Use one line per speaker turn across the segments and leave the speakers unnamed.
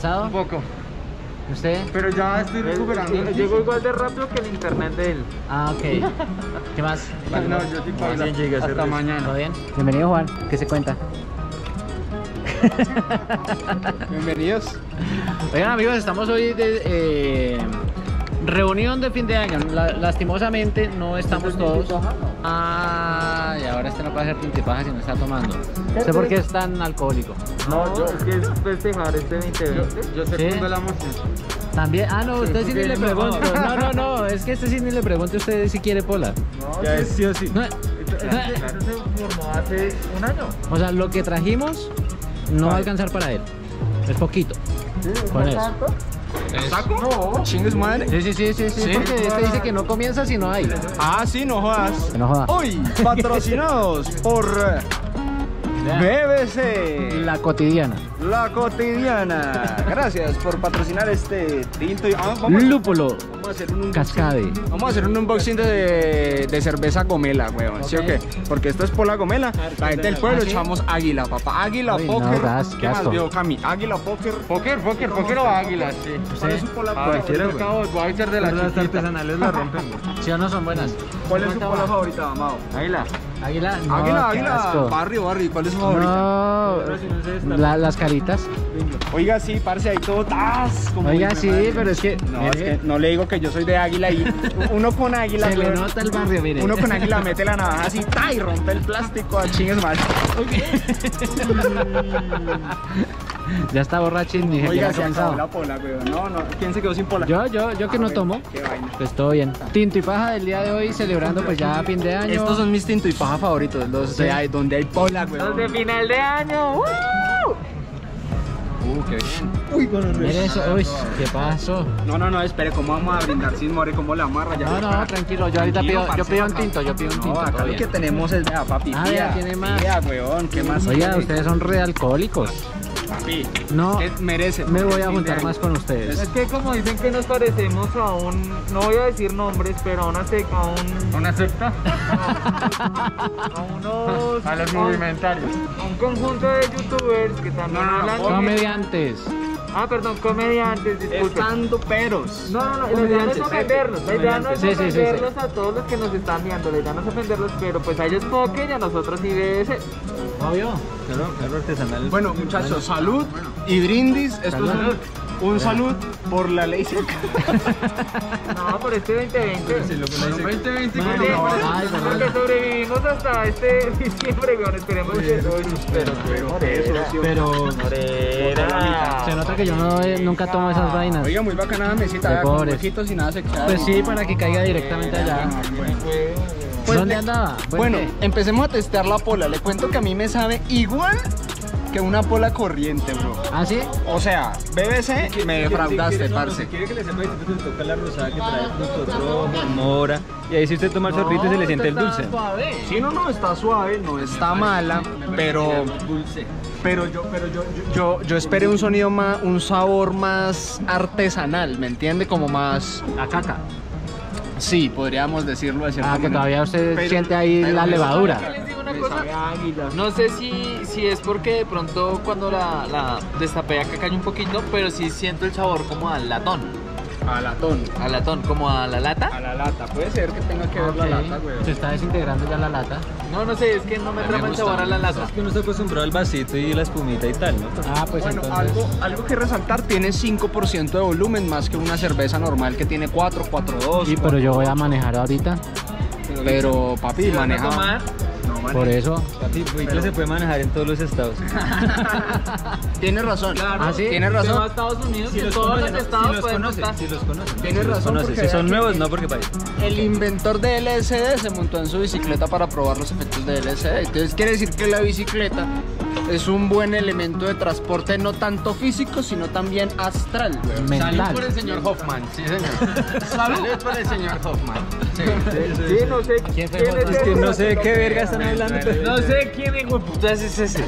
tampoco.
¿Usted?
Pero ya estoy recuperando.
Llegó llegó igual de rápido que el internet de él.
Ah, ok. ¿Qué más?
No, yo tipo
Más bien llegué a
hasta
hacer-
¿Todo
mañana.
bien? Bienvenido, Juan. ¿Qué se cuenta?
Bienvenidos.
Oigan amigos, estamos hoy de eh, reunión de fin de año. La- lastimosamente no estamos todos. Ah, y ahora este no puede hacer tintipaja si no está tomando. No sé por qué es tan alcohólico.
No, yo es que es festejar este 2020.
Yo, yo secundo la moción.
También, ah no, usted sí ni le
no.
pregunto. No, no, no, es que este sí ni le pregunto a usted si quiere pola.
Ya es sí o
No,
Eso se formó hace un año.
o sea, lo que trajimos no va a alcanzar para él. Es poquito. Con eso.
No.
Chingues madre.
Sí, sí, sí, sí, sí, porque este dice que no comienza si no hay.
Ah, sí, no jodas.
Que no joda.
Hoy, patrocinados por eh, BBC,
La cotidiana.
la cotidiana. Gracias por patrocinar este tinto. y- ah, vamos,
Lúpulo,
vamos a hacer un unboxing.
cascade.
Vamos a hacer un unboxing Eh, de, de cerveza gomela, weón. ¿Sí o qué? Porque esto es pola gomela. La gente del pueblo
¿Ah, sí?
echamos águila, papá. Águila,
Uy, no,
póker.
gas, qué
¿Qué más
asco.
vio, Cami? Águila, póker.
Póker, póker, póker o águila, sí.
¿Cuál es su
Ah,
pola
Cualquiera,
favorita?
güey. Voucher de la chiquita.
artesanales la rompen.
Si o no son buenas.
¿Cuál es su pola favorita, amado? Águila.
Águila, no,
Águila,
qué
águila.
asco.
Barrio, barrio. ¿Cuál es su favorita?
No, la- las caritas.
Oiga, sí, parce, ahí todo tas. como
Oiga,
dice
sí,
mi madre.
pero es que-
No,
mire.
es que no le digo que yo soy de águila y uno con águila.
Se le
weón,
nota el barrio, mire.
Uno con águila mete la navaja así, ta, y rompe el plástico a chingues más.
Ya está borrachín, ni siquiera
Oiga,
ha
se acabó la
comenzado.
pola, weón. No, no, ¿quién se quedó sin pola?
Yo, yo, yo que
Ah,
no
bueno,
tomo.
qué vaina.
Pues todo bien. Tinto y paja del día de hoy, celebrando pues ya fin de año.
Estos son mis tinto y paja favoritos, los de ahí donde hay pola,
Los
weón.
de final de año. ¡uh!
Uh, qué bien.
Mire eso, uy, ¿qué pasó?
No, no, no, espere, ¿cómo vamos a brindar sin more? ¿Cómo la amarra? Ya
No, no, tranquilo, yo ahorita pido, yo pido un tinto, yo pido un tinto.
No, acá
todo
lo que
bien.
tenemos es, vea, papi,
Ah,
pía,
ya tiene más.
pía, weón, ¿qué más?
Oiga,
quiere?
ustedes son re alcohólicos.
Papi,
No,
usted merece.
Me voy a
Fin de
juntar
año.
más con ustedes.
Es que como dicen que nos parecemos a un, no voy a decir nombres, pero a una sec- a un,
¿Una secta?
a unos,
A los
a un-
movimentarios.
a un conjunto de youtubers que también
No, no, no,
hablan.
no,
de-
Comediantes.
Ah, perdón, comediantes, disculpen.
Estando peros.
No, no, no, la idea no es ofenderlos, la idea no es
eh, Sí, sí, sí, sí.
ofenderlos a todos los que nos están viendo, la idea no es ofenderlos, pero pues a ellos poque y a nosotros sí ese.
Obvio.
Bueno, muchachos, salud y brindis. Esto es
Salud.
un, un salud por la ley seca.
No, por este 2020.
¿2020?
Vale,
no,
porque-
ay, perdón.
Porque sobrevivimos hasta este diciembre, weón, esperemos que hoy pero, pero,
Pero se nota que yo no, eh, nunca tomo esas vainas.
Oiga, muy bacanada mesita,
De
vea, con
pobres.
huequitos y nada sexual.
Pues sí, para que caiga directamente allá.
Pues
¿Dónde
le-
andaba?
Bueno,
¿qué?
empecemos a testear la pola. Le cuento que a mí me sabe igual que una pola corriente, bro.
¿ah, sí?
O sea, BBC me defraudaste, parce.
quiere que le sepa, entonces le toca la rosada que trae fruto rojo, mora. Y ahí si usted toma el sorbito se le siente el dulce.
Sí, no, no, está suave, no está mala, pero
Dulce.
Pero yo, pero yo, yo, yo, yo esperé un sonido más, un sabor más artesanal, ¿me entiende? Como más,
La caca.
sí, podríamos decirlo de cierta
Ah, que
manera.
todavía usted
Pero-
siente ahí
pero
la
me
levadura.
les digo una cosa. No sé si, si es porque de pronto cuando la, la destapé acá cayó un poquito, pero sí siento el sabor como al latón.
A latón,
Al latón, como a la lata.
a la lata. Puede ser que tenga que ver
Ah, Ok.
la lata, güey.
Se está desintegrando ya la lata.
No, no sé, es que no me
me
trama el
gusta,
sabor a la
me
lata.
Es que uno está acostumbrado al vasito y la espumita y tal, ¿no?
Ah, pues
Bueno,
entonces.
algo, algo que resaltar, tiene 5% de volumen más que una cerveza normal que tiene 4, 4, 2.
Sí, pero yo voy a manejar ahorita.
Pero, papi,
¿Van a
maneja...
tomar?
Por eso.
Papi, buitre se puede manejar en todos los estados.
Tienes razón,
Claro,
¿Ah, sí?
tienes
Se va a
razón.
Estados Unidos y en
los
todos
conoce,
los
¿no?
estados
si los
pueden
conoce,
montar.
si los conoce.
Tienes razón,
Conoce.
porque
Si
vea
son
que-
nuevos, no, porque país.
El inventor de LSD se montó en su bicicleta para probar los efectos de LSD. Entonces quiere decir que la bicicleta es un buen elemento de transporte, no tanto físico, sino también astral.
Salud por el
Mental.
señor Hoffman, sí señor. Salud por el señor Hoffman. Sí.
Sí, no sé
¿Quién fue
quién
el
es
otro?
Es que
ese.
no sé de qué verga están hablando. pero-
No sé quién es putas es ese.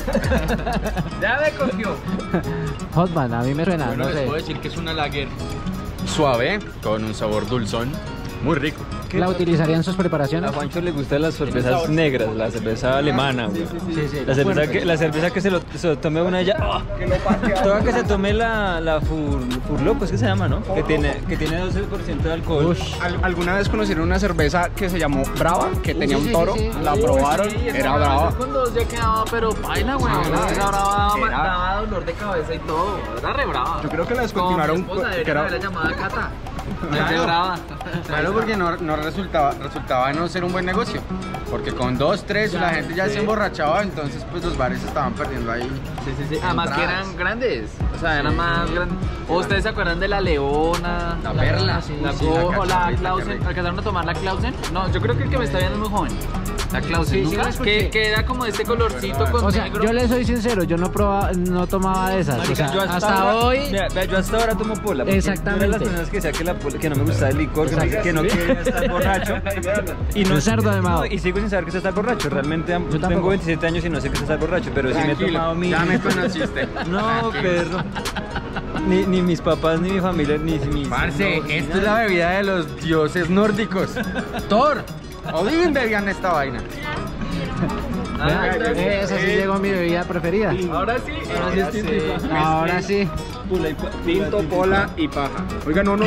ya me cogió.
Hotman, a mí me suena,
Bueno,
no
les
sé.
puedo decir que es una lager.
Suave, con un sabor dulzón, muy rico.
¿La utilizaría en sus
A
preparaciones?
Juancho le gustan las cervezas negras, la cerveza alemana, güey.
Sí, sí.
La cerveza
Bueno,
que, la cerveza que se, lo, se lo tome una ya. ¡Ah! Toda que se tome la, la fur, Furlop, es que se llama, ¿no? Que tiene, que tiene 12% de alcohol.
Ush.
Al- ¿Alguna vez conocieron una cerveza que se llamó Brava? Que tenía
sí,
un
sí,
toro,
sí.
la probaron, era brava.
Con dos ya quedaba, pero baila, Ah, güey.
brava,
Esa brava
era-
mandaba dolor de cabeza y todo. Era re brava.
Yo creo que la
Con
descontinuaron,
mi esposa
que
debería
era-
haberla llamado a Cata. Es de
Claro.
brava.
Claro, porque no, no resultaba, resultaba no ser un buen negocio. Porque con dos, tres, la gente ya se emborrachaba, entonces pues los bares estaban perdiendo ahí.
Sí, sí, sí. Además que eran grandes. O sea, eran más grandes. ¿O ¿Ustedes se acuerdan de la Leona?
La Perla.
sí,
Uy,
La,
sí,
Go-
la
o la
Cachorrita, qué
Clausen.
rico.
¿Alcanzaron a tomar la Clausen? No, yo creo que el que me está viendo es muy joven. La Clausen.
Sí, sí,
¿Nunca?
la escuché.
que, que era como de este colorcito con
O sea,
negro.
yo le soy sincero, yo no probaba, no tomaba de esas. O
Marica,
sea,
yo
hasta,
ahora-
hoy.
Mira, vea, yo hasta ahora tomo pola. porque
Exactamente.
Yo era de las personas que decía que, la pola- que no me gustaba el licor, que no- que no quería estar borracho. Y
Un cerdo de mao.
no, Y sigo sin saber que es estar borracho. Realmente am-
tampoco.
tengo 27 años y no sé qué es estar borracho, pero Pues sí me he tomado
Tranquilo,
mi.
ya me conociste.
No,
Tranquilo.
perro. Ni, ni mis papás, ni mi familia, ni mis.
Parce,
no, ni
esta
nada.
es la bebida de los dioses nórdicos. Thor, Odín bebían esta vaina.
Ah,
Vea,
gracias.
eh, esa sí llegó mi bebida preferida.
Ahora sí.
Ahora sí estoy
sí.
Ahora sí.
Pula y pa- pula,
Tinto,
tinto.
pola y paja. Oiga, no, no.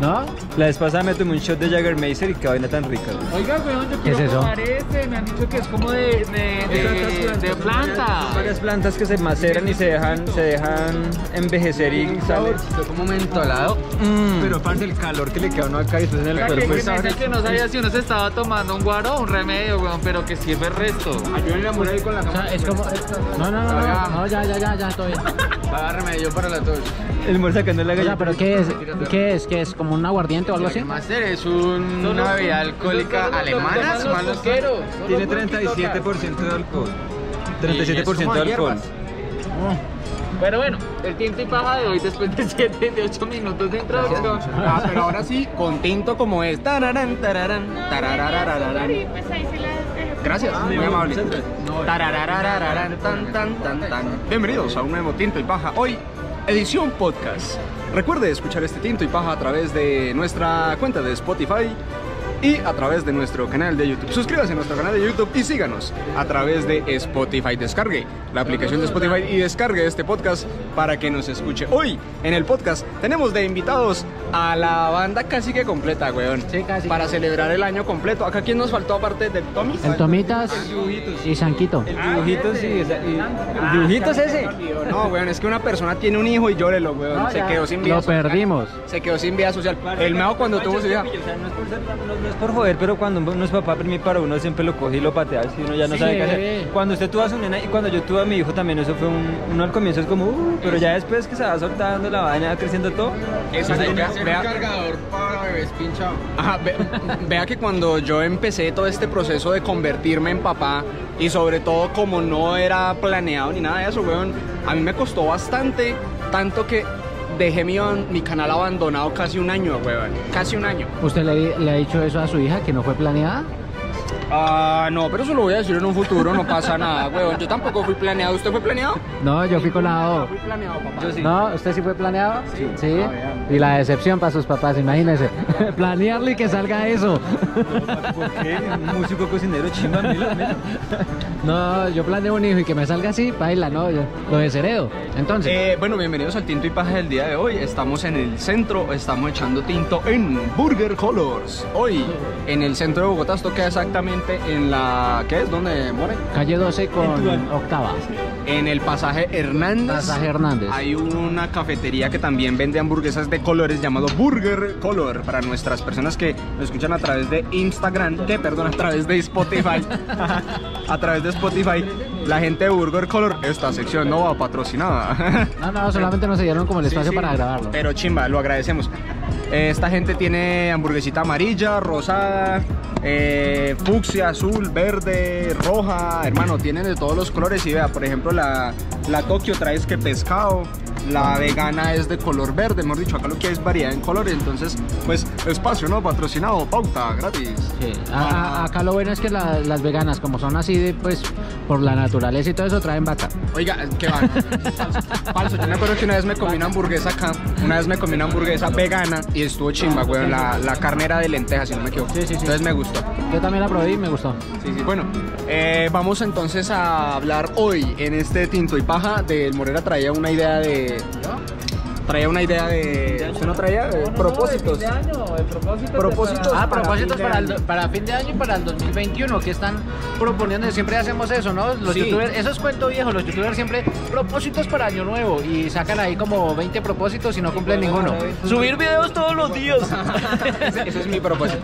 ¿No?
La vez pasada me tomé un shot de Jagermeister y qué vaina tan rica. güey.
Oiga, weón, yo
¿Qué es
quiero
eso?
probar este. Me han dicho que es como de, de,
Eh,
de, de planta.
Son Varias plantas que se maceran y se dejan, se dejan envejecer y Mm. sale.
como mentolado.
Pero aparte el calor que le queda a uno acá y después en el
Que,
cuerpo
que
es
me dice que no sabía si uno se estaba tomando un guaro o un remedio, weón, pero que sirve el resto.
O sea, es como. No, no, no, no, no, ya, ya, ya, ya, todo bien.
Para remedio para la tos.
el muerto sacando la
O sea,
galleta.
pero ¿qué es? ¿Qué es? ¿Qué es? ¿Como un aguardiente o algo así?
¿Qué más eres? ¿Un- ¿Una bebida alcohólica alemana? si mal no estoy?
Tiene 37% de alcohol.
Y es
37%
como
de alcohol.
hierbas.
Pero bueno, el tinto y paja de hoy después de 7, de 8 minutos de introducción.
Ah, pero ahora sí, con tinto como es. Tararán, tararán, tararararararán. Gracias,
Ah,
muy amable.
pues,
Tararararararán, tan, tan, tan, tan. Bienvenidos a un nuevo Tinto y Paja. Hoy, edición podcast. Recuerde escuchar este Tinto y Paja a través de nuestra cuenta de Spotify y a través de nuestro canal de YouTube. Suscríbase a nuestro canal de YouTube y síganos a través de Spotify. Descargue la aplicación de Spotify y descargue este podcast para que nos escuche. Hoy, en el podcast, tenemos de invitados a la banda casi que completa, weón.
Sí, casi.
Para celebrar el año completo. Acá, ¿quién nos faltó aparte de Tommy?
El Tomitas y Sanquito.
El dibujito sí, esa- y- el dibujito es ese.
No, weón, es que una persona tiene un hijo y llórelo, weón. se quedó sin vida
Lo
social.
perdimos.
Se quedó sin vida social. El mao cuando tuvo su hija.
O sea, no es por ser- no- no es por joder, pero cuando uno es papá mi para uno siempre lo coge y lo patea si uno ya no
Sí.
sabe qué hacer. Cuando usted tuvo a su nena y cuando yo tuve a mi hijo también eso fue un uno al comienzo es como, "Uh", pero ya después que se va soltando la vaina, va creciendo todo.
Exacto,
Hay que
vea-
hacer
vea-
un cargador para bebés pinchados.
Ajá, ve- vea que cuando yo empecé todo este proceso de convertirme en papá y sobre todo como no era planeado ni nada de eso, weón, a mí me costó bastante, tanto que dejé mi, ban- mi canal abandonado casi un año, weón, casi un año.
¿Usted le, le ha dicho eso a su hija que no fue planeada?
Ah, no, pero eso lo voy a decir en un futuro, no pasa nada, weón. Yo tampoco fui planeado, ¿usted fue planeado?
No, yo fui con la O.
Fui planeado, papá.
¿No? ¿Usted sí fue planeado? Sí. Y la decepción para sus papás, imagínense. Planearlo y que salga eso.
¿Por qué? Un músico cocinero chimba, mira, mira.
No, yo planeo un hijo y que me salga así, baila, no, yo lo desheredo. Entonces,
Eh, bueno, bienvenidos al Tinto y Paja del día de hoy. Estamos en el centro, estamos echando tinto en Burger Colors. Hoy, en el centro de Bogotá, esto queda exactamente en la... ¿Qué es? ¿Dónde mora?
calle 12 con
Tuba.
octava.
En el pasaje Hernández.
Pasaje Hernández.
Hay una cafetería que también vende hamburguesas de colores llamado Burger Color para nuestras personas que nos escuchan a través de Instagram, que perdón, a través de Spotify. a través de Spotify, la gente de Burger Color, esta sección no va patrocinada.
No, no, solamente nos dieron como el
Sí,
espacio
sí,
para grabarlo.
Pero chimba, lo agradecemos. Eh, Esta gente tiene hamburguesita amarilla, rosada, eh, fucsia, azul, verde, roja. Hermano, tienen de todos los colores. Y vea, por ejemplo, la, la Tokio trae es que pescado. La vegana es de color verde, hemos dicho, acá lo que hay es variedad en colores, entonces, pues, espacio, ¿no? Patrocinado, pauta, gratis.
Sí, a- a- acá lo bueno es que la- las veganas, como son así, de, pues por la naturaleza y todo eso, traen vaca.
Oiga, qué va. Falso, falso. Yo me acuerdo que una vez me comí una hamburguesa acá, una vez me comí una hamburguesa vegana y estuvo chimba, güey. La, la carne era de lentejas, si no me equivoco.
Sí, sí, sí.
Entonces me gustó.
Yo también la probé y me gustó.
Sí, sí. Bueno, eh, vamos entonces a hablar hoy en este Tinto y Paja. Del Morera traía una idea de.
Ah,
Traía una idea de. ¿Usted no traía? Eh, propósitos. Propósitos.
Ah,
para
propósitos
fin de
para, el,
año.
do- para fin de año y para el 2021, que están proponiendo, siempre hacemos eso, ¿no? Los
Sí.
youtubers, eso es cuento viejo, los youtubers siempre propósitos para año nuevo y sacan ahí como 20 propósitos y no cumplen ninguno.
Subir videos todos los días.
Ese ese es mi propósito.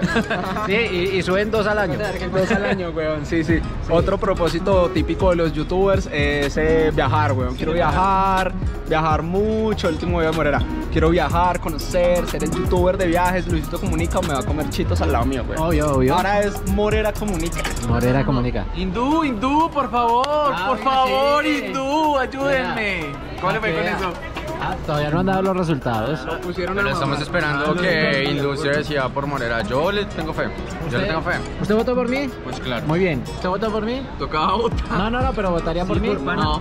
Sí, y, y suben dos al año.
Dos al año, weón. Sí, sí. Otro propósito típico de los youtubers es eh, viajar, weón. Quiero viajar, viajar mucho. El último día de Morera. Quiero viajar, conocer, ser el youtuber de viajes. Luisito Comunica me va a comer chitos al lado mío, weón.
Obvio, obvio.
Ahora es Morera Comunica.
Morera comunica.
Hindú, hindú, por favor,
Ah,
por
oiga,
favor,
sí.
hindú, ayúdenme. ¿Cómo le fue con
Vea.
eso?
Ah, todavía no han dado los resultados.
Pero estamos
Ah,
esperando que Industria decida por Morera. Yo le tengo fe. Yo le tengo fe.
¿Usted votó por mí?
Pues claro.
Muy bien. ¿Usted votó por mí?
Tocaba votar.
No, no, no, pero votaría por mí.
No.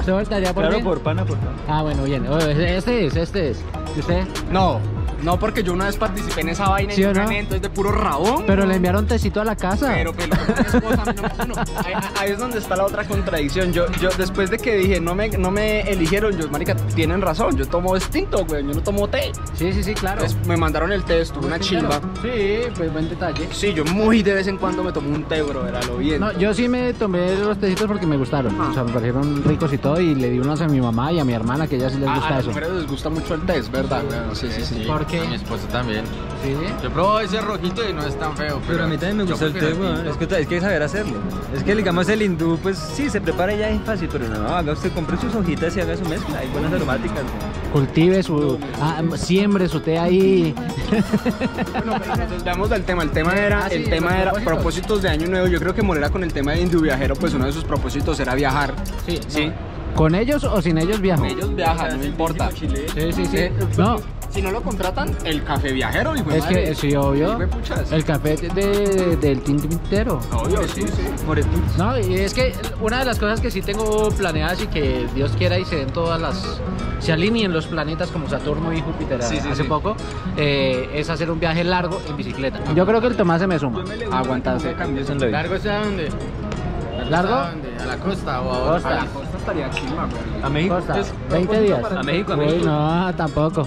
¿Usted votaría por mí?
Claro, por pana, por pana.
Ah, bueno, bien. Oh, Este es, este es. ¿Y usted?
No, no, porque yo una vez participé en esa vaina
¿Sí
y
o
yo
no?
gané, entonces de puro rabón.
Pero le enviaron tecito a la casa.
Pero, pero, mi esposa, a mí no me- bueno, ahí, ahí es donde está la otra contradicción. Yo, yo después de que dije, no me, no me eligieron, yo, marica, tienen razón, yo tomo extinto, güey, yo no tomo té.
Sí, sí, sí, claro.
Entonces me mandaron el té, estuvo una chimba.
Sí, pues buen detalle.
Sí, yo muy de vez en cuando me tomo un té, bro, era lo bien.
No, yo sí me tomé los tecitos porque me gustaron. O sea, me parecieron ricos y todo. Y le di unos a mi mamá y a mi hermana, que ya sí les
Ah, a,
gusta
a las
eso.
mujeres les gusta mucho el té, es verdad, güey. Sí, sí, sí.
¿Por qué?
A mi esposa también.
Sí.
Yo probé ese rojito y no es tan feo.
Pero a mí también me
yo
gusta el té,
prefiero
weón.
tinto.
Es que, ta- es que hay que saber hacerlo. Es que, digamos, el hindú, pues sí, se prepara ya es fácil, pero no, haga usted, compre sus hojitas y haga su mezcla. Hay buenas aromáticas.
Ah,
weón.
Cultive su. ah, siembre su té ahí.
Bueno, pero entonces veamos del tema. El tema era,
Ah, sí,
el tema
los
era
propósitos.
propósitos de año nuevo. Yo creo que Morera con el tema de Indio Viajero, pues uno de sus propósitos era viajar.
Sí,
Sí.
¿Con ellos o sin ellos viajo?
Ellos viajan, no importa.
Chile.
Sí, sí, sí.
Eh,
No,
Si no lo contratan, el café viajero, hijo de
es
madre.
que sí, obvio.
Hijo de puchas.
El café de, de- del tintero.
Obvio, sí, sí.
Moretú.
No, y es que una de las cosas que sí tengo planeadas y que Dios quiera y se den todas las. se alineen los planetas como Saturno y Júpiter
Sí, sí,
hace
sí.
poco, eh, es hacer un viaje largo en bicicleta. Yo creo que el Tomás se me suma.
Aguantarse cambios en la vida.
¿Largo es a dónde? ¿A
¿Largo?
dónde? ¿A la costa o a
Costa.
otra?
estaría chimba, güey.
A México.
Costa.
pues,
20 días.
A México, a
Uy,
México.
no, tampoco.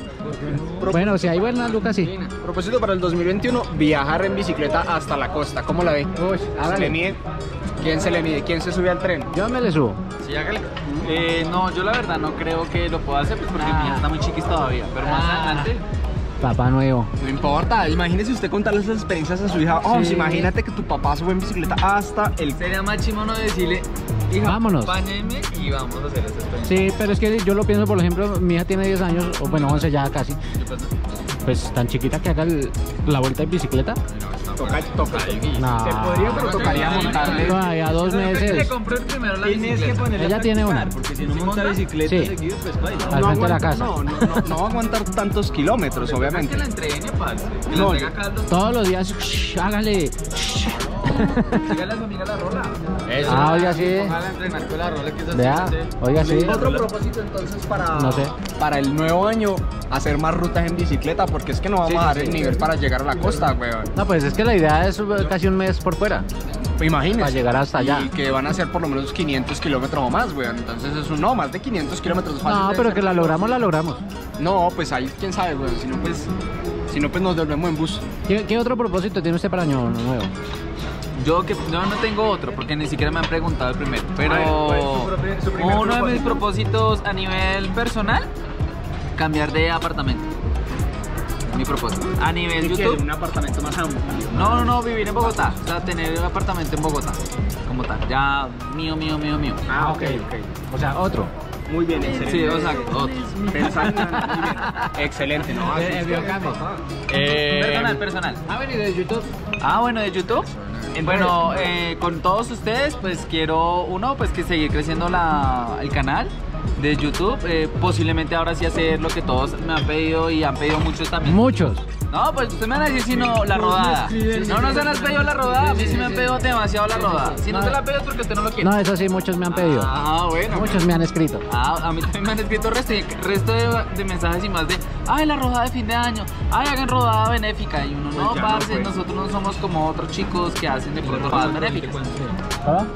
Bueno, si hay buenas, Lucas, sí.
Propósito para el 2021, viajar en bicicleta hasta la costa. ¿Cómo la ve?
Uy,
¿Se le
hágale.
mide? ¿Quién se le mide? ¿Quién se sube al tren?
Yo me le subo.
Sí, hágale.
Eh, no, yo la verdad no creo que lo pueda hacer pues, porque
Ah.
mi hija está muy chiquis todavía. Pero más
Ah.
adelante.
Papá nuevo.
No importa, imagínese usted contarle esas experiencias a su hija. Oh,
Sí.
imagínate que tu papá sube en bicicleta hasta el
Sería más chimono decirle, hija,
Vámonos.
acompáñeme y vamos a hacer esta experiencia.
Sí, pero es que yo lo pienso, por ejemplo, mi hija tiene 10 años, o bueno, 11 ya casi.
¿Qué pasa?
Pues tan chiquita que haga el- la vuelta en bicicleta.
toca, toca.
No.
Se podría, pero tocaría ¿eh? montarle.
Todavía dos
Le
meses.
compré primero la
Tienes que
bicicleta.
ponerla
Ella
a
tiene
practicar,
una.
Porque si no monta bicicleta
Sí.
seguido, pues baila.
Al frente de la
aguanta-
casa.
No, no, no, no va a aguantar tantos kilómetros,
Es
obviamente.
que la entrene, parce. Que
No.
la traiga caldo.
Todos los días, shh, hágale. shh.
Dígale a su amiga la rola.
Eso.
Ah, oiga, sí.
Ojalá entrenar con la rola que es así,
Vea,
así.
oiga, sí.
Otro propósito entonces para,
No sé.
para el nuevo año, hacer más rutas en bicicleta, porque es que no vamos
Sí,
a
sí,
dar
sí.
el nivel para llegar a la costa, weón.
No, pues es que la idea es eh, casi un mes por fuera.
Imagínense.
Para llegar hasta allá.
Y que van a ser por lo menos 500 kilómetros o más, weón. Entonces es un no, más de 500 kilómetros fácil.
No,
debe
Ah, pero
ser.
que la logramos, la logramos.
No, pues ahí quién sabe, weón. Si no, pues, si no, pues nos devolvemos en bus.
¿Qué, qué otro propósito tiene usted para año nuevo?
Yo que yo no tengo otro porque ni siquiera me han preguntado el primero. Pero uno de mis propósitos a nivel personal, cambiar de apartamento. Mi propósito. A nivel YouTube.
apartamento más amplio.
No, no, no, vivir en Bogotá. O sea, tener un apartamento en Bogotá. Como tal. Ya mío, mío, mío, mío.
Ah, ok, ok.
O sea, otro.
Muy bien,
Sí, o sea, otro.
Pensando, muy bien. Excelente, ¿no?
Eh, eh, biocambio.
Personal, personal.
Ah, bueno, y de YouTube.
Ah, bueno, de YouTube. Bueno, eh, con todos ustedes, pues quiero, uno, pues que seguir creciendo la, el canal. de YouTube. eh, posiblemente ahora sí hacer lo que todos me han pedido y han pedido muchos también.
Muchos.
No, pues usted me van a decir si no la rodada. No, no se las pedido la rodada. A mí sí me han pedido demasiado la rodada. Si no te la pedido es porque usted no lo quiere.
No, eso sí, muchos me han pedido.
Ah, bueno.
Muchos me han escrito.
Ah, a mí también me han escrito resto, resto de, de mensajes y más de, ay, la rodada de fin de año, ay, hagan rodada benéfica. Y uno,
Pues
no, parce, nosotros no somos como otros chicos que hacen de pronto rodadas benéficas.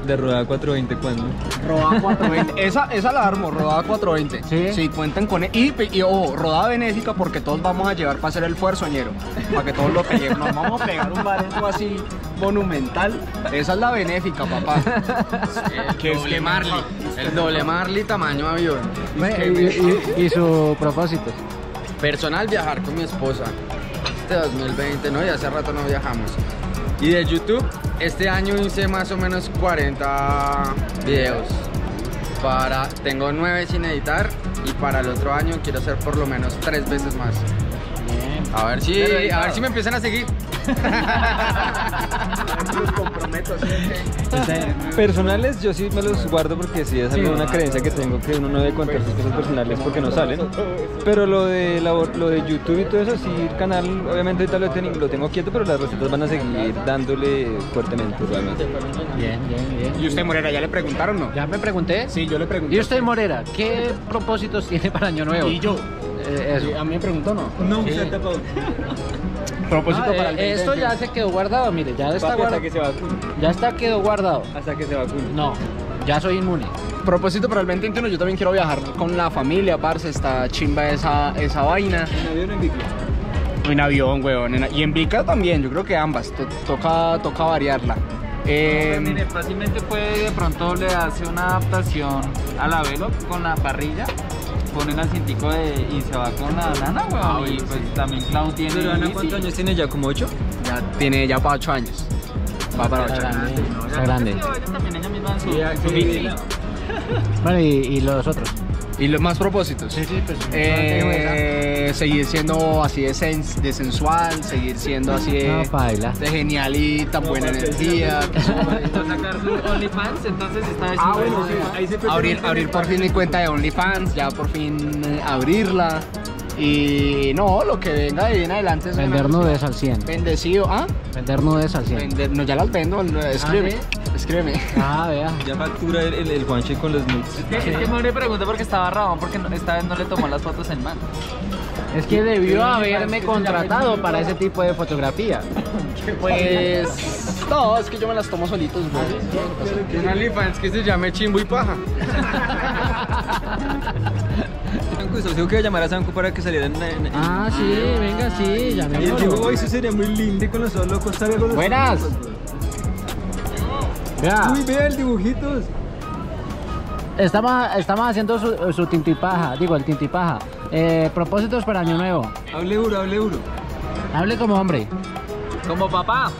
De rodada 420, ¿cuándo?
Rodada 420. esa, esa la armo, rodada 420.
¿Sí?
cuentan con. e- Y, pe- y ojo, rodada benéfica porque todos vamos a llevar para hacer el fuerzoñero. Para que todos lo peguemos. Nos vamos a pegar un bareto así monumental. Esa es la benéfica, papá.
Que es que Marley. El doble Marley tamaño avión.
Bueno, y, y- y su propósito.
Personal viajar con mi esposa. Este 2020, ¿no? Y hace rato no viajamos. Y de YouTube, este año hice más o menos 40 videos. Para, tengo 9 sin editar y para el otro año quiero hacer por lo menos 3 veces más. A ver si, a ver si me empiezan a seguir.
Personales yo sí me los guardo porque sí es algo- una creencia que tengo que uno no debe contar sus cosas personales porque no salen. Pero lo de la- lo de YouTube y todo eso sí el canal obviamente ahorita lo, ten- lo tengo quieto pero las recetas van a seguir dándole fuertemente realmente.
Bien, bien, bien.
¿Y usted, Morera, ya le preguntaron no?
¿Ya me pregunté?
Sí, yo le pregunté.
Y usted, Morera, ¿qué propósitos tiene para Año Nuevo?
Y yo.
Eh, eso.
A mí me preguntó no.
No,
Propósito
No,
para el
eh, esto
2020.
ya se quedó guardado, mire, ya está
hasta
guardado.
que se vacune.
Ya está quedó guardado.
Hasta que se vacune.
No, ya soy inmune.
Propósito para el 2021, yo también quiero viajar con la familia, parce, está chimba esa, esa vaina. En avión, weón, en a- y en bica también, yo creo que ambas, to- toca, toca variarla. Eh,
Mire, fácilmente puede de pronto le hace una adaptación a la velo con la parrilla, pone el asientico de, y se va con la lana, weón. y pues también Clau tiene.
Ah, Pero Ana,
bici.
¿cuántos años tiene ya? ¿Como 8?
ya tiene ya para 8 años. Va para 8
Está
años.
grande,
No,
está
ya,
grande.
es que vaya también ella misma en su-
Sí, ya,
su
sí,
bici.
ya.
Bueno, y, y los otros.
¿Y los más propósitos?
pues,
Eh, seguir siendo así de, sens- de sensual, seguir siendo así
No,
de,
paila.
de genialita, buena energía.
Entonces, sacar su OnlyFans, entonces está
Ah,
diciendo,
bueno, sí,
"Ay,
Ahí se
abrir, abrir por fin mi cuenta de OnlyFans, ya por fin eh, abrirla. Y no, lo que venga de bien adelante es
Vender
una-
nudes al 100.
Bendecido, ¿ah?
Vender nudes al 100.
Vender, no, ya las vendo, no, escríbeme, escríbeme.
Ah, vea.
Ya factura el, el, el Juanche con los nudes.
Es que, es que me abrió pregunta porque estaba Ramón, porque no- esta vez no le tomó las fotos en mano.
Es que debió haberme contratado para ese tipo de fotografía.
Pues, no, es que yo me las tomo solitos,
Ah,
güey.
Un OnlyFans que se llame Chimbo y Paja.
Sanco, usted dijo que iba a llamar a Sanco para que salieran en, en-
Ah, sí, venga, sí, ya
Y
me
el Jimbo Boy, eso sería muy lindo y con los ojos locos, salga con los
Buenas.
ojos locos.
Vea,
Uy, vea el dibujitos.
estamos, estamos haciendo su, su tintipaja, digo, el tintipaja. Eh, propósitos para Año Nuevo.
Hable euro, hable euro.
Hable como hombre.
Como papá.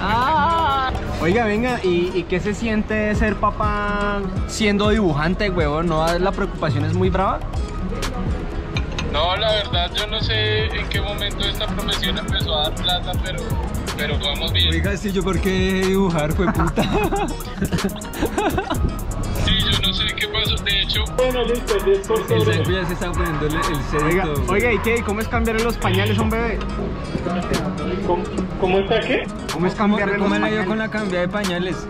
Ah,
Oiga, venga, ¿y, y qué se siente ser papá siendo dibujante, huevón? ¿No la preocupación es muy brava?
No, la verdad yo no sé en qué momento esta profesión empezó a dar plata, pero, pero vamos bien.
Oiga, sí, yo por qué dibujar, fue puta.
Sí, yo no sé qué pasó. De hecho,
el Sanco ya se está poniendo el, el set y todo.
¿y qué? ¿Cómo es cambiarle los pañales a un bebé?
¿cómo está qué?
¿Cómo es
¿Cómo, ¿Cómo le dio con la cambia de pañales?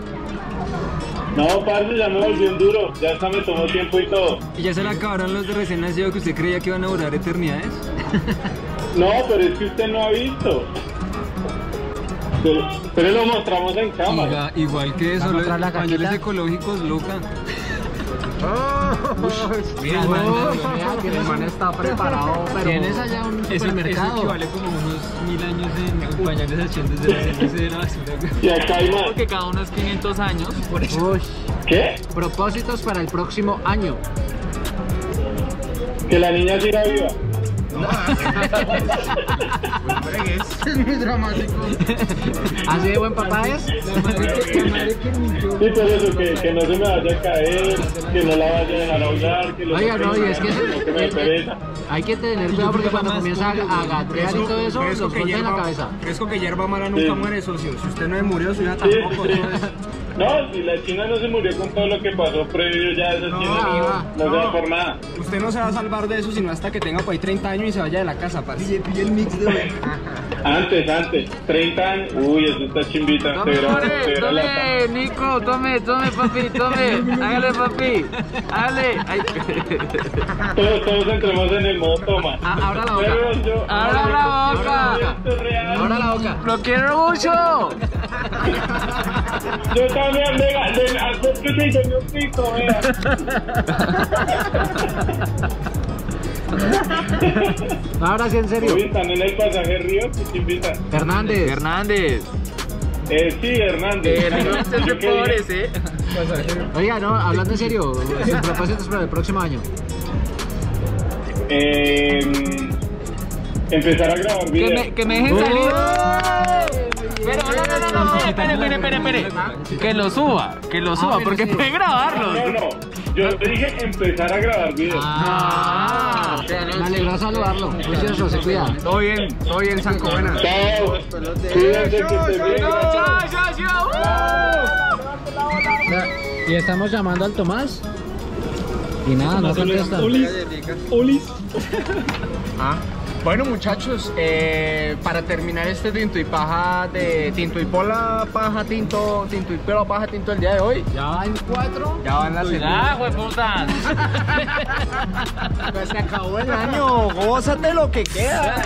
No, parce, ya me volví un duro. Ya hasta me tomó tiempo y todo.
¿Y ya se le acabaron los de recién nacido que usted creía que iban a durar eternidades?
No, pero es que usted no ha visto. Pero, pero lo mostramos en cámara.
Oiga, igual que eso, los
mostrar la
pañales
caquita?
ecológicos, loca.
Mira,
el man-
el man está preparado, pero...
Tienes allá un
Eso, eso
supermercado.
equivale como unos mil años en, en pañales haciendo desde la de la basura.
Y acá hay más.
porque cada uno es 500 años.
Uy,
¿Qué?
propósitos para el próximo año.
Que la niña siga viva.
Es muy dramático.
Así de buen papá es.
Sí, pues eso, que, que no se me vaya a caer, que no la vaya a dejar hablar, que lo
Oiga, no, y es que-
no, que me dé pereza.
Hay que tener cuidado porque cuando comienza a, a gatear y todo eso, los golpes en la cabeza.
Fresco que hierba mala
Sí.
nunca muere, socio. Si usted no se murió, su hija
Sí,
tampoco.
sí.
entonces-
No, si la china no se murió con todo lo que pasó previo, ya esa
No,
china
ah,
no, no se va
no.
por nada.
Usted no se va a salvar de eso sino hasta que tenga por ahí 30 años y se vaya de la casa, parce.
Antes, antes, 30 años. Uy, eso está chimbita. Te verá- te
Tome,
verá lata.
tome, Nico, tome, tome, papi, tome. Hágale, papi. Hágale. Ay.
Todos, todos entremos en el modo toma.
Ah, abra la boca.
Pero yo-
Abra la boca.
Esto es real.
Ahora la boca.
Lo quiero mucho.
Yo también, venga, ah, pues, venga, acérquese y deme un pico, vea.
No, ahora sí, en serio.
Uy, están en el pasaje río, que te invitan.
Fernández.
Hernández.
Eh, sí, Hernández.
Eh, no estés de
Yo quería-
pobres, eh.
Oiga, no, hablando en serio, sus propósitos para el próximo año.
Eh, empezar a grabar
Que
videos.
me, que me dejen salir. Pero no, no, no, no, no, espere, espere, espere,
Ah.
espere. Que lo suba, que lo suba, porque puede
No,
grabarlo.
no, yo
Ah.
te dije empezar a grabar videos.
Ah, me alegró saludarlo. Muchachos, se cuida.
Todo bien, todo bien, Sancoena.
Chao. Cuídense que estés bien.
Chao, chao, chao.
Y estamos llamando al Tomás. Y nada, no contesta.
Ah. Bueno muchachos, eh, para terminar este tinto y paja de tinto y pola paja tinto, tinto y pola paja tinto el día de hoy,
Ya van cuatro.
ya van las
Ah, jueputa.
Pues se acabó el año, gózate lo que queda.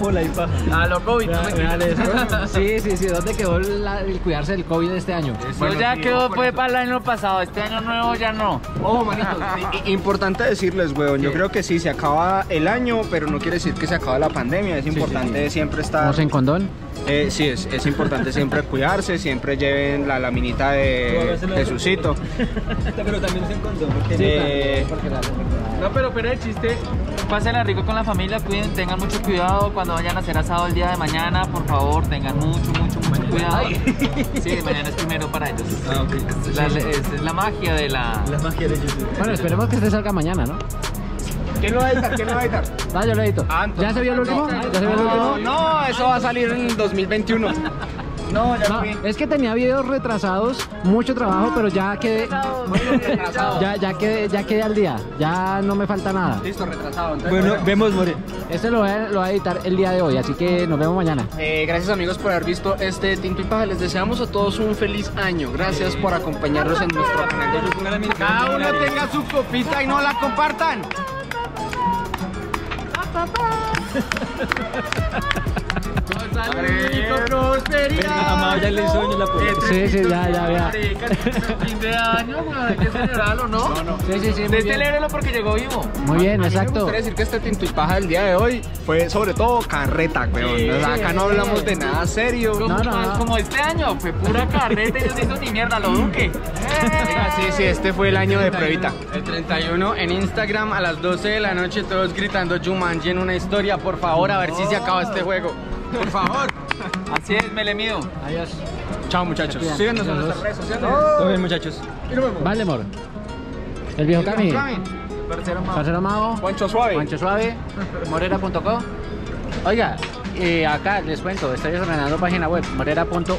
Hola, Ipa.
A lo COVID. no me-
Sí, sí, sí. ¿Dónde quedó la- el cuidarse del COVID de este año?
Pues ya quedó, fue para el año pasado, este año nuevo ya no.
Ojo, manitos. i- i- Importante decirles, weón. Yo creo que sí, se acaba el año, pero no quiere decir que se acaba la pandemia. Es importante siempre estar.
Vamos en condón.
Eh, sí, es, es importante siempre cuidarse, siempre lleven la laminita de, de sucito.
Pero también se encontró.
Eh,
No, pero pero el chiste. Pásenla rico con la familia, cuiden, tengan mucho cuidado cuando vayan a hacer asado el día de mañana, por favor, tengan mucho, mucho, mucho cuidado. Sí, mañana es primero para ellos. Es la, es la magia de la...
Bueno, esperemos que este salga mañana, ¿no?
¿Quién lo va a editar? ¿Quién lo va a editar?
Va, yo lo edito.
Ah, entonces-
¿Ya se vio el último? ¿Ya se vio el último?
No, no, eso va a salir en el 2021. No, ya lo
No,
vi.
es que tenía videos retrasados, mucho trabajo, pero ya quedé, ya, ya quedé, ya quedé al día, ya no me falta nada.
Listo, retrasado. entonces,
Bueno, vemos, More.
Este lo voy, a, lo voy a editar el día de hoy, así que nos vemos mañana.
Eh, gracias amigos por haber visto este Tinto y Paja. Les deseamos a todos un feliz año. Gracias por acompañarnos en nuestro canal de YouTube. Cada uno tenga su copita y no la compartan.
Amado ya le hizo daño la pobreza.
Sí, sí, ya, ya, ya.
Fin de año, hay que celebrarlo, ¿no?
Sí, sí, sí, muy
Ustedes
bien.
celébrelo porque llegó vivo.
Muy bien,
Me
exacto.
gustaría decir que este Tinto y Paja del día de hoy fue sobre todo carreta, weón. O sea, acá no hablamos de nada serio.
Como,
No, no, no.
como este año, fue pura carreta y no se hizo ni mierda, lo duque.
Ah, sí, sí, este fue el año de pruebita.
El 31 en Instagram a las 12 de la noche todos gritando Jumanji en una historia, por favor, a ver si se acaba este juego. Por favor.
Así es, me le mido.
Adiós.
Chao, muchachos.
Síguenos en
Adiós.
Todo bien, muchachos.
Vale, Mor. El viejo Cami. Parcero Mago.
Poncho Suave.
Pancho Suave, morera.co. Oiga, eh, acá les cuento, estoy desordenando página web, morera.us.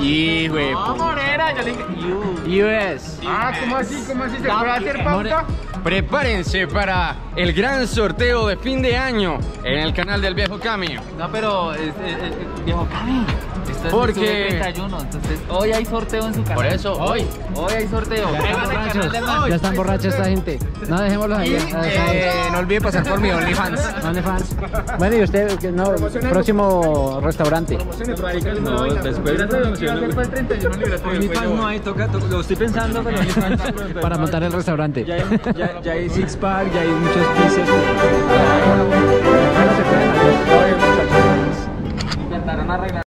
Hijo de
No,
puta.
Morera, yo le dije. "You".
US.
Ah, ¿cómo así? ¿Cómo así? ¿Se
¿Va
puede
a
hacer
hacer
pauta?
pauta?
Prepárense para el gran sorteo de fin de año en el canal del viejo Cami.
No, pero es, es- es- viejo Cami. Esto es
Porque-
el 31, entonces hoy hay sorteo en su canal.
Por eso, hoy.
Hoy hay sorteo.
Ya están
Métase al canal
borrachos,
del man.
ya están borrachos esta gente. No dejémoslos ahí.
Y
ya, ya,
eh,
ya.
no olviden pasar por mi OnlyFans.
OnlyFans. Bueno, y usted, que no, próximo restaurante.
No, después. OnlyFans no hay, toca, toca- lo estoy pensando, pero OnlyFans. pero-
Para montar el restaurante.
Ya hay, ya, ya hay six pack, ya hay muchas pizzas.
Bueno, se pueden, adiós.
Intentaron arreglar.